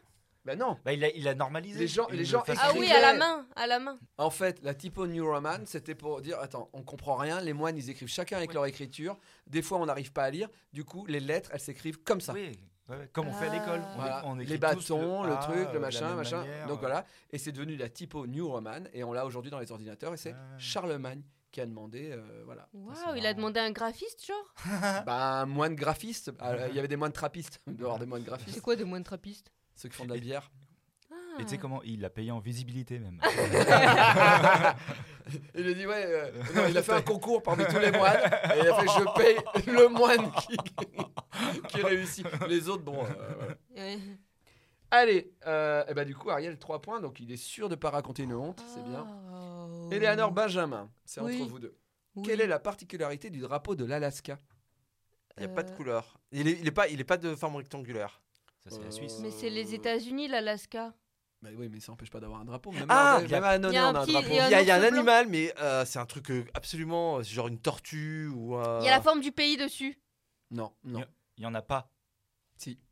Bah non.
Bah, il, a, il a normalisé.
Les gens-
Une
les gens
façon-
Ah
écrivent.
oui,
Écrivait.
à la main, à la main.
En fait, la typo New Roman, c'était pour dire attends, on comprend rien, les moines, ils écrivent chacun avec leur écriture. Des fois, on n'arrive pas à lire. Du coup, les lettres, elles s'écrivent comme ça.
Oui, ouais, ouais, comme on fait à
Ah.
l'école. On,
Voilà.
écrit- on écrit
les
tous
bâtons, le,
A,
truc,
euh, de
le
la
machin,
même
machin.
manière,
Donc
euh.
voilà, et c'est devenu la typo New Roman, et on l'a aujourd'hui dans les ordinateurs, et c'est
Ah.
Charlemagne qui a demandé, euh, voilà.
Waouh, il a demandé à un graphiste, genre
Bah, un moine graphiste, euh, il y avait des moines trappistes, il doit y avoir des moines graphistes,
quoi des moines trappistes
ceux qui font de la bière.
Et tu sais comment Il l'a payé en visibilité même.
Il a dit ouais, euh, non, il a fait un concours parmi tous les moines et il a fait je paye le moine qui, qui réussit. Les autres bon. euh, voilà.
Ah,
Allez, euh, et bah du coup Ariel 3 points donc il est sûr de pas raconter une honte, c'est bien. Eleanor Benjamin, c'est
Ah, Oh. Oui.
entre vous deux. Quelle est la particularité du drapeau de l'Alaska
Il n'y a pas de
Euh.
couleur. Il est, il est pas, il est pas de forme rectangulaire.
Ça, c'est la
Euh,
Suisse.
Mais c'est les États-Unis, l'Alaska.
Bah oui mais ça empêche pas d'avoir un drapeau. Même
Ah,
à-
il y a-
même à Annonay,
il y a un
on a un
petit-
drapeau.
Il y
un
a, il y a un
ours blanc.
animal, mais euh, c'est un truc euh, absolument, euh, genre une tortue ou. euh,
Il y a la forme du pays dessus.
Non, non.
Il n'y en a pas.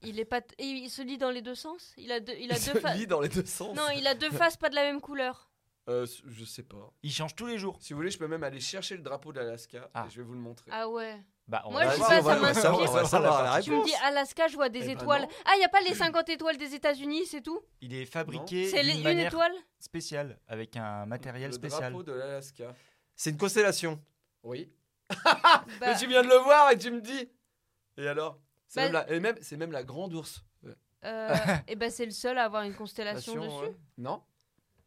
Il est pas t- et il se lit dans les deux sens. Il a deux, il a deux
se
fa-
lit dans les deux sens.
Non, il a deux faces pas de la même couleur.
Euh, je sais pas.
Il change tous les jours.
Si vous voulez, je peux même aller chercher le drapeau de l'Alaska
Ah.
et je vais vous le montrer.
Ah ouais.
Bah, on
Moi,
va
je sais
voir.
pas,
on va-
ça
on va
m'inspire.
savoir- On va savoir la
Ah,
Tu me
réponse.
dis ah, Alaska, je vois des
Eh ben
étoiles.
non.
ah, il y a pas les 50 étoiles des États-Unis, c'est tout
Il est fabriqué
C'est les-
d'une
une
manière
étoile
spéciale, avec un matériel
le
spécial.
drapeau de l'Alaska.
C'est une constellation.
Oui.
Bah,
Mais tu viens de le voir et tu me dis. Et alors C'est
Bah-
même, la- et même, c'est même la grande ours. Ouais.
euh, eh ben c'est le seul à avoir une constellation
Station,
dessus.
ouais.
Non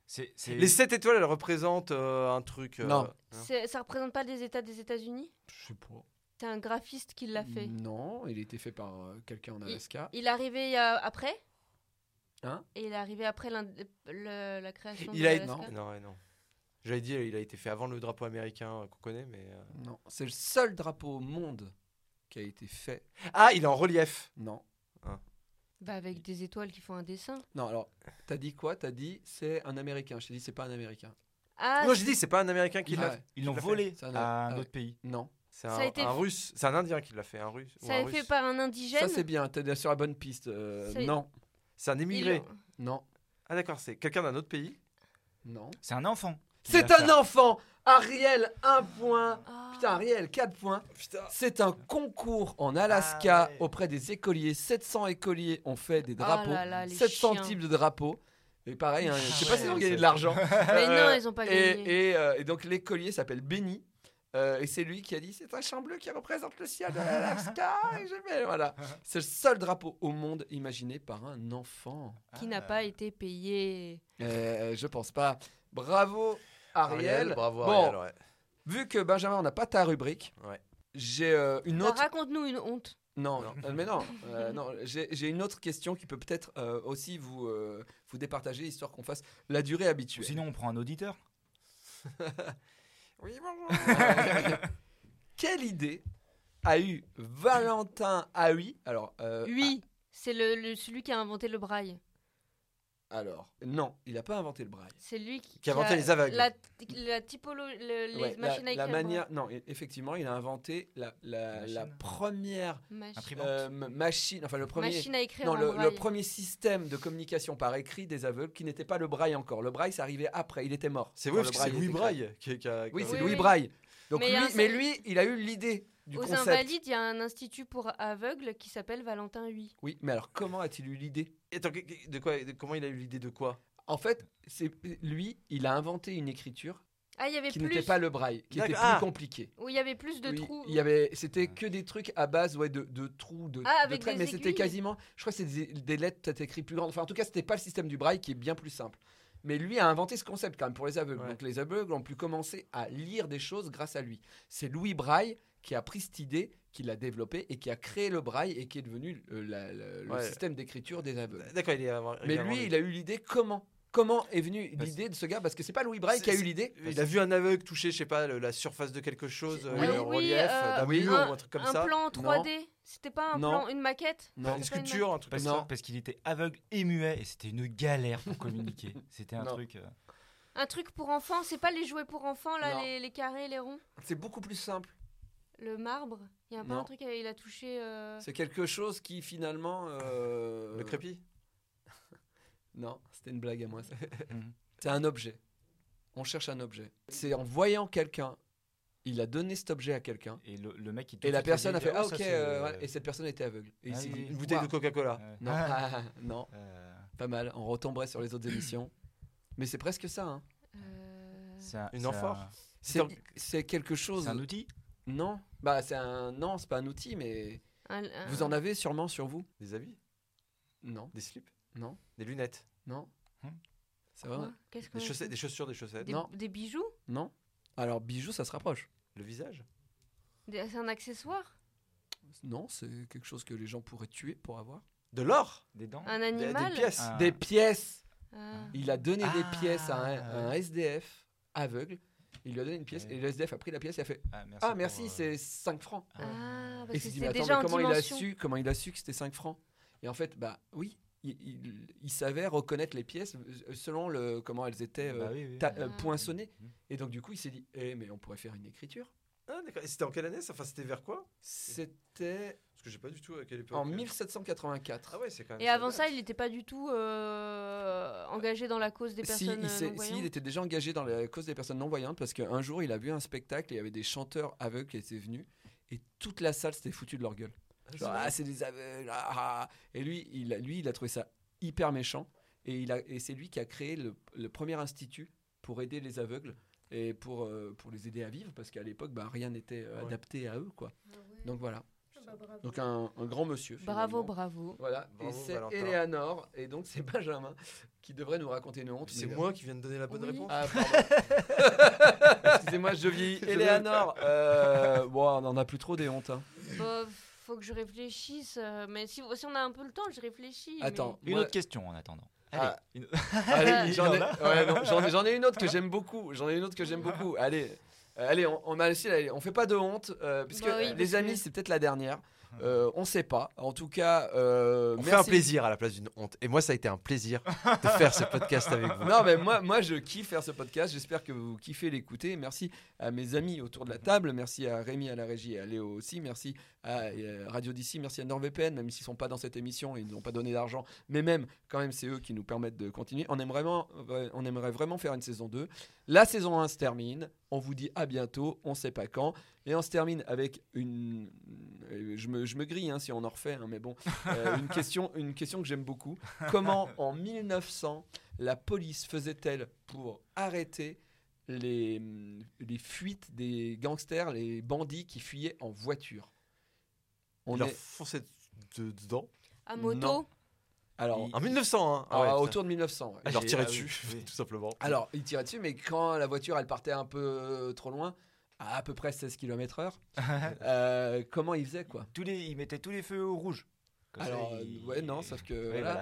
C'est c'est-
Les sept étoiles, elles représentent euh, un truc. euh,
Non.
C'est- Ça représente pas les États des États-Unis
Je sais pas.
C'est un graphiste qui l'a fait.
Mm. Non, il a été fait par euh, quelqu'un en Alaska.
Il est arrivé euh, après
Hein
Et il est arrivé après l'indé- le- la création
Il
de
a
l'Alaska.
non, non, ouais, non. J'avais dit, il a été fait avant le drapeau américain euh, qu'on connaît, mais. euh,
Non. C'est le seul drapeau au monde qui a été fait.
Ah, il est en relief.
Non.
Bah avec des étoiles qui font un dessin.
Non, alors, t'as dit quoi T'as dit c'est un Américain. Je t'ai dit c'est pas un Américain.
Ah,
Non, j'ai dit, c'est pas un Américain qui
Ah
l'a
ouais.
fait.
Ils l'ont
l'a fait.
volé
Ça, non.
à un
Ah
autre pays.
Non.
C'est
Ça
un,
a été
un
fait-
russe, c'est un Indien qui l'a fait, un russe. ou
ça
un
a été fait
Russe.
par un indigène.
Ça, c'est bien. T'es sur la bonne piste. Euh,
C'est-
non.
C'est un
Ils
émigré.
l'ont-
Non.
Ah d'accord, c'est quelqu'un d'un autre pays.
Non.
C'est un enfant. qui
C'est
l'a fait.
un enfant Ariel, un point.
Ah.
Putain, Ariel, 4 points.
Putain.
C'est un concours en Alaska
Ah ouais.
auprès des écoliers. 700 écoliers ont fait des
Oh
drapeaux.
là là, les
700
chiens. Ah
types de drapeaux. Et pareil, hein, je sais pas
ouais,
s'ils ont
c'est-
gagné de l'argent.
Mais
Euh,
non, ils ont pas gagné.
et, et, euh, et donc l'écolier s'appelle Benny. euh, et c'est lui qui a dit c'est un champ bleu qui représente le ciel de l'Alaska. et je vais- voilà. C'est le seul drapeau au monde imaginé par un enfant.
Ah.
Qui n'a pas été payé.
Euh, je pense pas. Bravo Ariel.
bravo
Bon,
Ariel, ouais.
Vu que Benjamin, on n'a pas ta rubrique,
Ouais.
j'ai euh, une
Alors,
autre.
Bah, Raconte-nous une honte.
Non, euh, mais non, euh, non j'ai j'ai une autre question qui peut peut-être euh, aussi vous, euh, vous départager, histoire qu'on fasse la durée
Ou
habituelle.
sinon, on prend un auditeur.
Oui, bonjour. Quelle idée a eu Valentin Aoui Alors, euh,
Oui, c'est le, le- celui qui a inventé le braille.
ah, alors, non, il n'a pas inventé le braille.
C'est lui qui,
a inventé les aveugles.
La, la typologie, le- les
Ouais, la-
machines à
la,
écrire.
manière, non, e- effectivement, il a inventé la, la, la
Machine.
première
Machine,
Imprimante.
euh, m- machine, enfin le premier,
machine à écrire.
non,
en
le, le
braille.
premier système de communication par écrit des aveugles qui n'était pas le braille encore. Le braille, ça arrivait après. Il était mort.
C'est
quand
vrai,
le
parce que c'est
était
Louis
créé.
Braille qui, qui a-
Oui,
qui a-
c'est
Oui,
Louis
oui.
Braille. Donc
Mais il y
lui,
a un
mais
seul-
lui, il a eu l'idée du
Aux
concept.
Invalides, il y a un institut pour aveugles qui s'appelle Valentin Huy.
Oui, mais alors comment a-t-il eu l'idée
Attends, que- que- de quoi, de- comment il a eu l'idée de quoi
En fait, c'est lui, il a inventé une écriture
Ah, il y avait
qui
plus.
n'était pas le braille, qui était plus
D'accord. Ah.
compliquée.
Où il y avait plus de
Oui,
trous.
il y avait, c'était que des trucs à base ouais, de, de trous, de,
Ah,
de
avec
traits,
des
mais c'était
aiguilles.
quasiment, je crois que c'est des, des lettres peut-être écrites plus grandes. Enfin, en tout cas, c'était pas le système du braille qui est bien plus simple. Mais lui a inventé ce concept quand même pour les aveugles.
Ouais.
Donc les aveugles ont pu commencer à lire des choses grâce à lui. C'est Louis Braille qui a pris cette idée, qui l'a développée et qui a créé le braille et qui est devenu euh, la- la- le
Ouais. Euh,
système d'écriture des aveugles.
D'accord, il est avant-
Mais
avant
lui, il a eu l'idée comment Comment est venue
Parce-
l'idée de ce gars Parce que c'est pas Louis Braille qui a
C'est-
eu l'idée.
Il a vu un aveugle toucher, je sais pas, le- la surface de quelque chose,
Oui.
euh,
Ah
le
oui,
relief
euh,
d'un
oui.
mur
un-
ou un truc comme
un
ça.
plan en 3D. C'était pas un
Non.
plan, une maquette.
Non.
Une sculpture, un truc comme
Bah,
Parce,
ça.
parce qu'il était aveugle et muet et c'était une galère pour communiquer. C'était un
Non.
truc. euh,
Un truc pour enfants. C'est pas les jouets pour enfants là,
Non.
les, les carrés, les ronds,
C'est beaucoup plus simple.
le marbre. Il y a pas
Non.
un truc. euh, Il a touché. euh,
C'est quelque chose qui finalement. euh,
Le crépi
Non, c'était une blague à moi. ça.
Mhm.
c'est un objet. On cherche un objet. C'est en voyant quelqu'un, il a donné cet objet à quelqu'un.
Et le, le mec, il
Et la
touche, il
personne a
dit,
fait Ah,
ça,
ok.
c'est,
euh, voilà.
euh,
Et cette personne était aveugle. Et il
Ah
s'est
oui,
dit,
oui.
Une bouteille
Waouh.
de Coca-Cola.
ouais.
Non,
Ah,
ah, non,
euh,
pas mal. On retomberait sur les autres émissions. Mais c'est presque ça. hein.
euh,
c'est un-
Une
c'est
amphore.
un-
C'est c'est quelque chose.
C'est un outil
Non, bah c'est un. Non, c'est pas un outil, mais
un- un-
vous en avez sûrement sur vous.
Des habits
Non,
Des slips
Euh, non,
Des lunettes
non.
Hum.
C'est
quoi
vrai.
Qu'est-ce qu'on
Des,
a
chaussettes,
fait
des chaussures, des chaussettes
Des-
Non.
des bijoux
Non. Alors bijoux, ça se rapproche.
Le visage
Des- C'est un accessoire
Non, c'est quelque chose que les gens pourraient tuer pour avoir.
De l'or
Des dents
Un
Des-
animal
Des pièces
Ah.
Des pièces.
Ah.
Il a donné
Ah.
des pièces à un, à un SDF aveugle. Il lui a donné une pièce
Ok.
et le SDF a pris la pièce et a fait
Ah, merci.
Ah
pour,
merci,
euh,
c'est 5 francs.
Ah.
Ah,
Et
parce
il
que
s'est dit
c'est
mais attends,
déjà
mais
en
comment il a
dimension.
su comment il a su que c'était 5 francs Et en fait, bah oui, il, il, il savait reconnaître les pièces euh, selon le comment elles étaient euh,
bah oui, oui,
ta-
oui.
euh,
Ah.
poinçonnées.
Mhm.
Et donc du coup, il s'est dit eh mais on pourrait faire une écriture.
Ah, d'accord. Et c'était en quelle année ça Enfin, c'était vers quoi
C'était
Parce que j'ai pas du tout à quelle époque.
en
euh.
1784.
Ah ouais, c'est quand même.
Et
ça
avant
date.
ça, il n'était pas du tout euh, engagé dans la cause des
Si,
personnes
il s'est-
euh,
si, il
non-voyantes.
était déjà engagé dans la cause des personnes non-voyantes parce qu'un jour, il a vu un spectacle et il y avait des chanteurs aveugles qui étaient venus et toute la salle s'était foutue de leur gueule. Genre, ah, c'est des aveugles. ah, ah. Et lui il, a- lui, il a trouvé ça hyper méchant et, il a- et c'est lui qui a créé le, le premier institut pour aider les aveugles et pour, euh, pour les aider à vivre parce qu'à l'époque, bah, rien n'était euh,
Ouais.
adapté à eux. Quoi.
Ah
Donc voilà. Donc un, un grand monsieur.
bah Bravo,
finalement.
bravo.
Voilà,
Bravo,
et c'est
Valentin.
Eleanor, et donc c'est Benjamin qui devrait nous raconter une honte.
C'est
mais-
moi qui viens de donner la bonne
Oui.
réponse.
ah, pardon. Excusez-moi, je vieillis. Eleanor, euh, bon, on en a plus trop des hontes. hein.
Bah, faut que je réfléchisse. euh, mais si, si on a un peu le temps, je réfléchis. mais-
Attends,
Une
moi-
autre question en attendant. Allez,
Ah.
une-
Allez,
Il
j'en ai,
en a.
ouais, non, j'en ai- j'en ai une autre que j'aime beaucoup. J'en ai une autre que j'aime beaucoup. Allez, euh, allez, on, on a aussi, allez, on fait pas de honte, euh, puisque
Bah oui,
euh,
parce
les
que-
amis, c'est peut-être la dernière. Euh, on sait pas. En tout cas, euh,
On fait
merci.
un plaisir à la place d'une honte. Et moi, ça a été un plaisir de faire ce podcast avec vous.
Non, mais moi, moi, je kiffe faire ce podcast. J'espère que vous kiffez l'écouter. Merci à mes amis autour de la table. Merci à Rémi à la régie et à Léo aussi. Merci à euh, Radio DC. Merci à NordVPN, même s'ils sont pas dans cette émission, ils n'ont pas donné d'argent. Mais même, quand même, c'est eux qui nous permettent de continuer. On, aime vraiment, ouais, on aimerait vraiment faire une saison 2. La saison 1 se termine. On vous dit à bientôt. On sait pas quand. Et on se termine avec une. euh, Je me, je me grille hein, si on en refait, hein, mais bon. Euh, une, question, une question que j'aime beaucoup. Comment en 1900 la police faisait-elle pour arrêter les, les fuites des gangsters, les bandits qui fuyaient en voiture On
On a
est
foncé de- dedans.
À
Non.
moto
alors,
En 1900, hein. Ah ouais,
alors,
putain.
autour de 1900. ouais.
Je leur
J'ai-
tirais
ah oui,
dessus,
oui.
tout simplement.
Alors, ils tiraient dessus, mais quand la voiture elle partait un peu euh, trop loin, à à peu près 16 km/h, euh, comment ils faisaient quoi
Tous les, ils mettaient tous les feux au rouge. Comme ça,
Alors,
ils-
euh, ouais, non, sauf que.
Ouais,
voilà.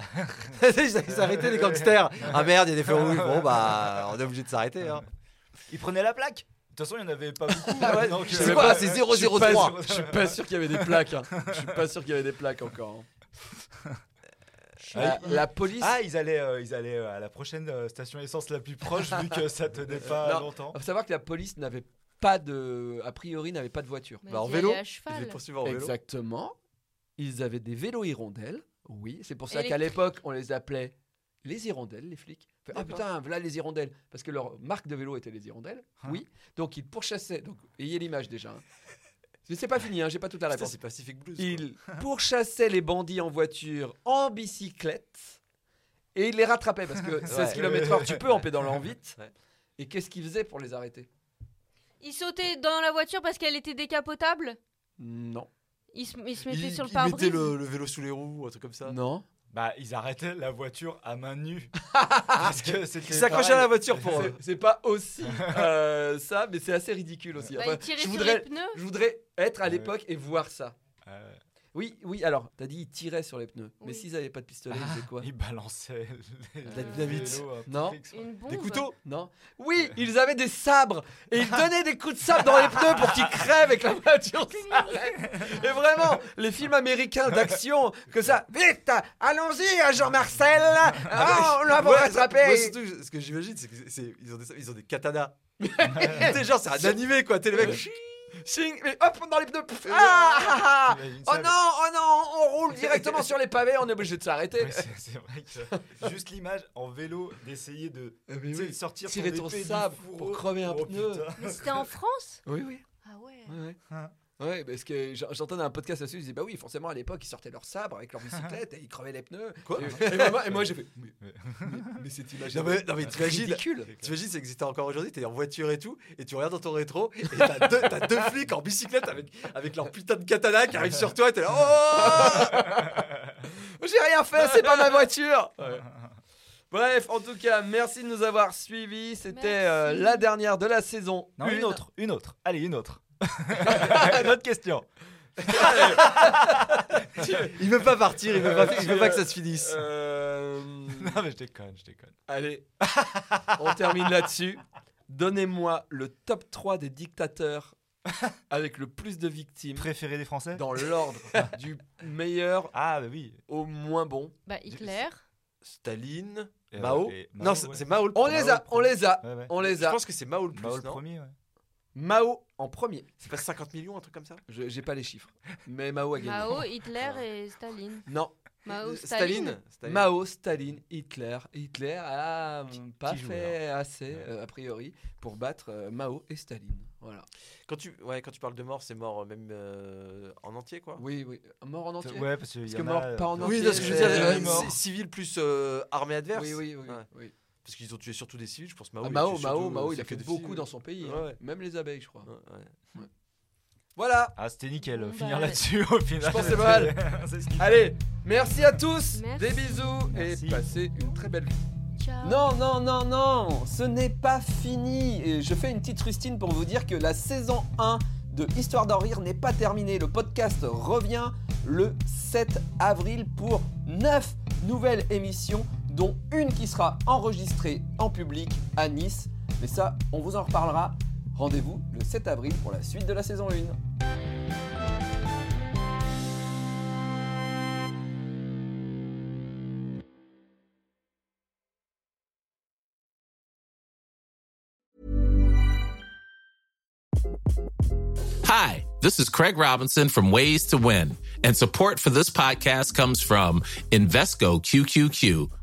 voilà.
Ils arrêtaient les gangsters. Ah merde, il y a des feux rouges. Bon, bah, on est obligé de s'arrêter. Hein.
Ils prenaient la plaque. De toute façon, il n'y en avait pas beaucoup.
Ah ouais,
donc,
je
euh,
sais
C'est
pas,
quoi C'est 003.
Je suis pas sûr qu'il y avait des plaques. hein. Je suis pas sûr qu'il y avait des plaques encore. hein. La, la police.
Ah, ils allaient, euh, ils allaient euh, à la prochaine euh, station essence la plus proche, vu que ça tenait pas
Non.
longtemps.
Il faut savoir que la police n'avait pas de. A priori, n'avait pas de voiture.
Bah,
Bah, en
d'y
vélo.
aller à
Ils les
cheval.
poursuivaient en vélo.
Exactement. Ils avaient des vélos hirondelles. Oui, c'est pour ça
Électrique.
qu'à l'époque, on les appelait les hirondelles, les flics. Fait, ah
D'accord.
putain, voilà les hirondelles. Parce que leur marque de vélo était les hirondelles.
Ah.
Oui. Donc ils pourchassaient. Donc, ayez l'image déjà. hein. Mais c'est pas fini, hein, j'ai pas toute la
Putain,
réponse.
c'est Pacific Blues. quoi.
Ils pourchassaient les bandits en voiture, en bicyclette, et ils les rattrapaient parce que 16
Ouais.
km/h, tu peux en pédalant vite.
Ouais.
Et qu'est-ce qu'ils faisaient pour les arrêter
Ils sautaient dans la voiture parce qu'elle était décapotable
Non.
Ils se, ils se mettaient
Ils-
sur le
ils mettaient
pare-brise
le, le vélo sous les roues, un truc comme ça.
Non.
Bah, ils arrêtaient la voiture à main nue. parce que c'était.
Ils s'accrochaient à la voiture pour
C'est-
eux.
C'est pas aussi euh, ça, mais c'est assez ridicule aussi.
Bah,
Enfin,
Ils tiraient
je,
sur les
voudrais,
pneus
je voudrais être à
Ouais.
l'époque et voir ça.
Euh,
Oui, oui, alors, t'as dit ils tiraient sur les pneus. Mais
Oui.
s'ils avaient pas de pistolet, ils faisaient quoi
ils balançaient les-
La
les
dynamite.
vélos un peu
Non.
fixe.
Une bombe
Des couteaux Non. Oui, ils avaient des sabres et ils donnaient des coups de sabre dans les pneus pour qu'ils crèvent et que la voiture s'arrête. Et vraiment, les films américains d'action, que ça. Vite Allons-y, Jean-Marcel Ah, On l'a
Moi, moi,
rattrapé
surtout, je- ce que j'imagine, c'est qu'ils ont, des- ils ont des katanas. T'es genre, c'est un animé quoi. T'es le mec.
Ching Mais hop, dans les pneus Pff, ah, ah, ah.
Imagine
Oh
ça,
non, oh non, on roule directement sur les pavés, on est obligé de s'arrêter.
Ouais, c'est c'est vrai que juste l'image en vélo d'essayer de, tu sais, de sortir
Tirer
ton
ton
épée du
sabre
fourreau.
pour crever un
Oh,
pneu.
putain.
Mais c'était en France
Oui, oui.
Ah ouais
Ouais, ouais.
Hein.
Ouais, parce que j'en- j'entendais un podcast là-dessus, ils disaient bah oui, forcément à l'époque ils sortaient leur sabre avec leur bicyclette et ils crevaient les pneus.
Quoi
et, et moi, et moi, j'ai fait mais,
Mais-
mais- mais cette image
Non mais, non mais
c'est
t'imagines,
ridicule.
t'imagines ça existait encore aujourd'hui, t'es en voiture et tout, et tu regardes dans ton rétro, et t'as deux, t'as deux flics en bicyclette avec, avec leur putain de katana qui arrive sur toi, et t'es là, oh
J'ai rien
Ah,
fait, c'est pas ma voiture. Bref, en tout cas, merci de nous avoir suivis. C'était euh,
Merci.
la dernière de la saison.
Non, une.
Une.
autre, une autre. Allez, une autre. une autre question.
Il veut pas partir, il veut pas, il veut pas que ça se finisse.
Euh,
Non, mais je déconne, je déconne.
allez, on termine là-dessus. Donnez-moi le top 3 des dictateurs avec le plus de victimes
Préféré des Français
dans l'ordre du meilleur
Ah, bah oui.
au moins bon.
Bah Hitler
Staline,
Euh,
Mao
et Mao,
Non, c'est
ouais.
c'est Mao le
On
premier.
les a, on les a,
Ouais, ouais.
on les
Je
a.
pense que c'est Mao le plus,
Mao le
non
premier, ouais.
Mao en premier.
C'est pas 50 millions, un truc comme ça
Je- J'ai pas les chiffres, mais Mao a gagné.
Mao, Hitler et Staline
Non,
Mao,
Euh,
Staline,
Staline.
Mao, Staline, Hitler. Hitler a euh, pas
petit
fait assez,
Ouais.
euh, a priori, pour battre euh, Mao et Staline. Voilà.
Quand tu, ouais, quand tu parles de mort, c'est mort euh, même euh, en entier, quoi.
Oui, oui. Mort en entier.
Ouais, parce, qu'il
Parce
y
que
en
mort,
a, euh,
pas en
Oui,
entier,
parce que je veux
euh,
dire,
euh,
euh,
demi-mort.
c- civil plus euh, armée adverse.
Oui, oui, oui.
Ouais.
oui.
Parce qu'ils ont tué surtout des civils, je pense. Mao,
Ah,
il a
Mao,
tué
Mao,
surtout,
Mao,
euh,
il a
que
fait
des
beaucoup
civils.
dans son pays.
Ouais,
hein.
ouais.
Même les abeilles, je crois.
Ouais, ouais.
Voilà.
Ah, c'était nickel.
Bon,
Finir
bah,
là-dessus au final.
Je pense que c'est pas
C'est ce qu'il-
Allez, merci à tous.
Merci.
Des bisous
Merci.
et passez une très belle vie.
Ciao
Non, non, non, non, ce n'est pas fini. Et je fais une petite rustine pour vous dire que la saison 1 de Histoire d'en rire n'est pas terminée. Le podcast revient le 7 avril pour 9 nouvelles émissions, dont une qui sera enregistrée en public à Nice. Mais ça, on vous en reparlera. Rendez-vous le 7 avril pour la suite de la saison 1.
Hi, this is Craig Robinson from Ways to Win, and support for this podcast comes from Invesco QQQ,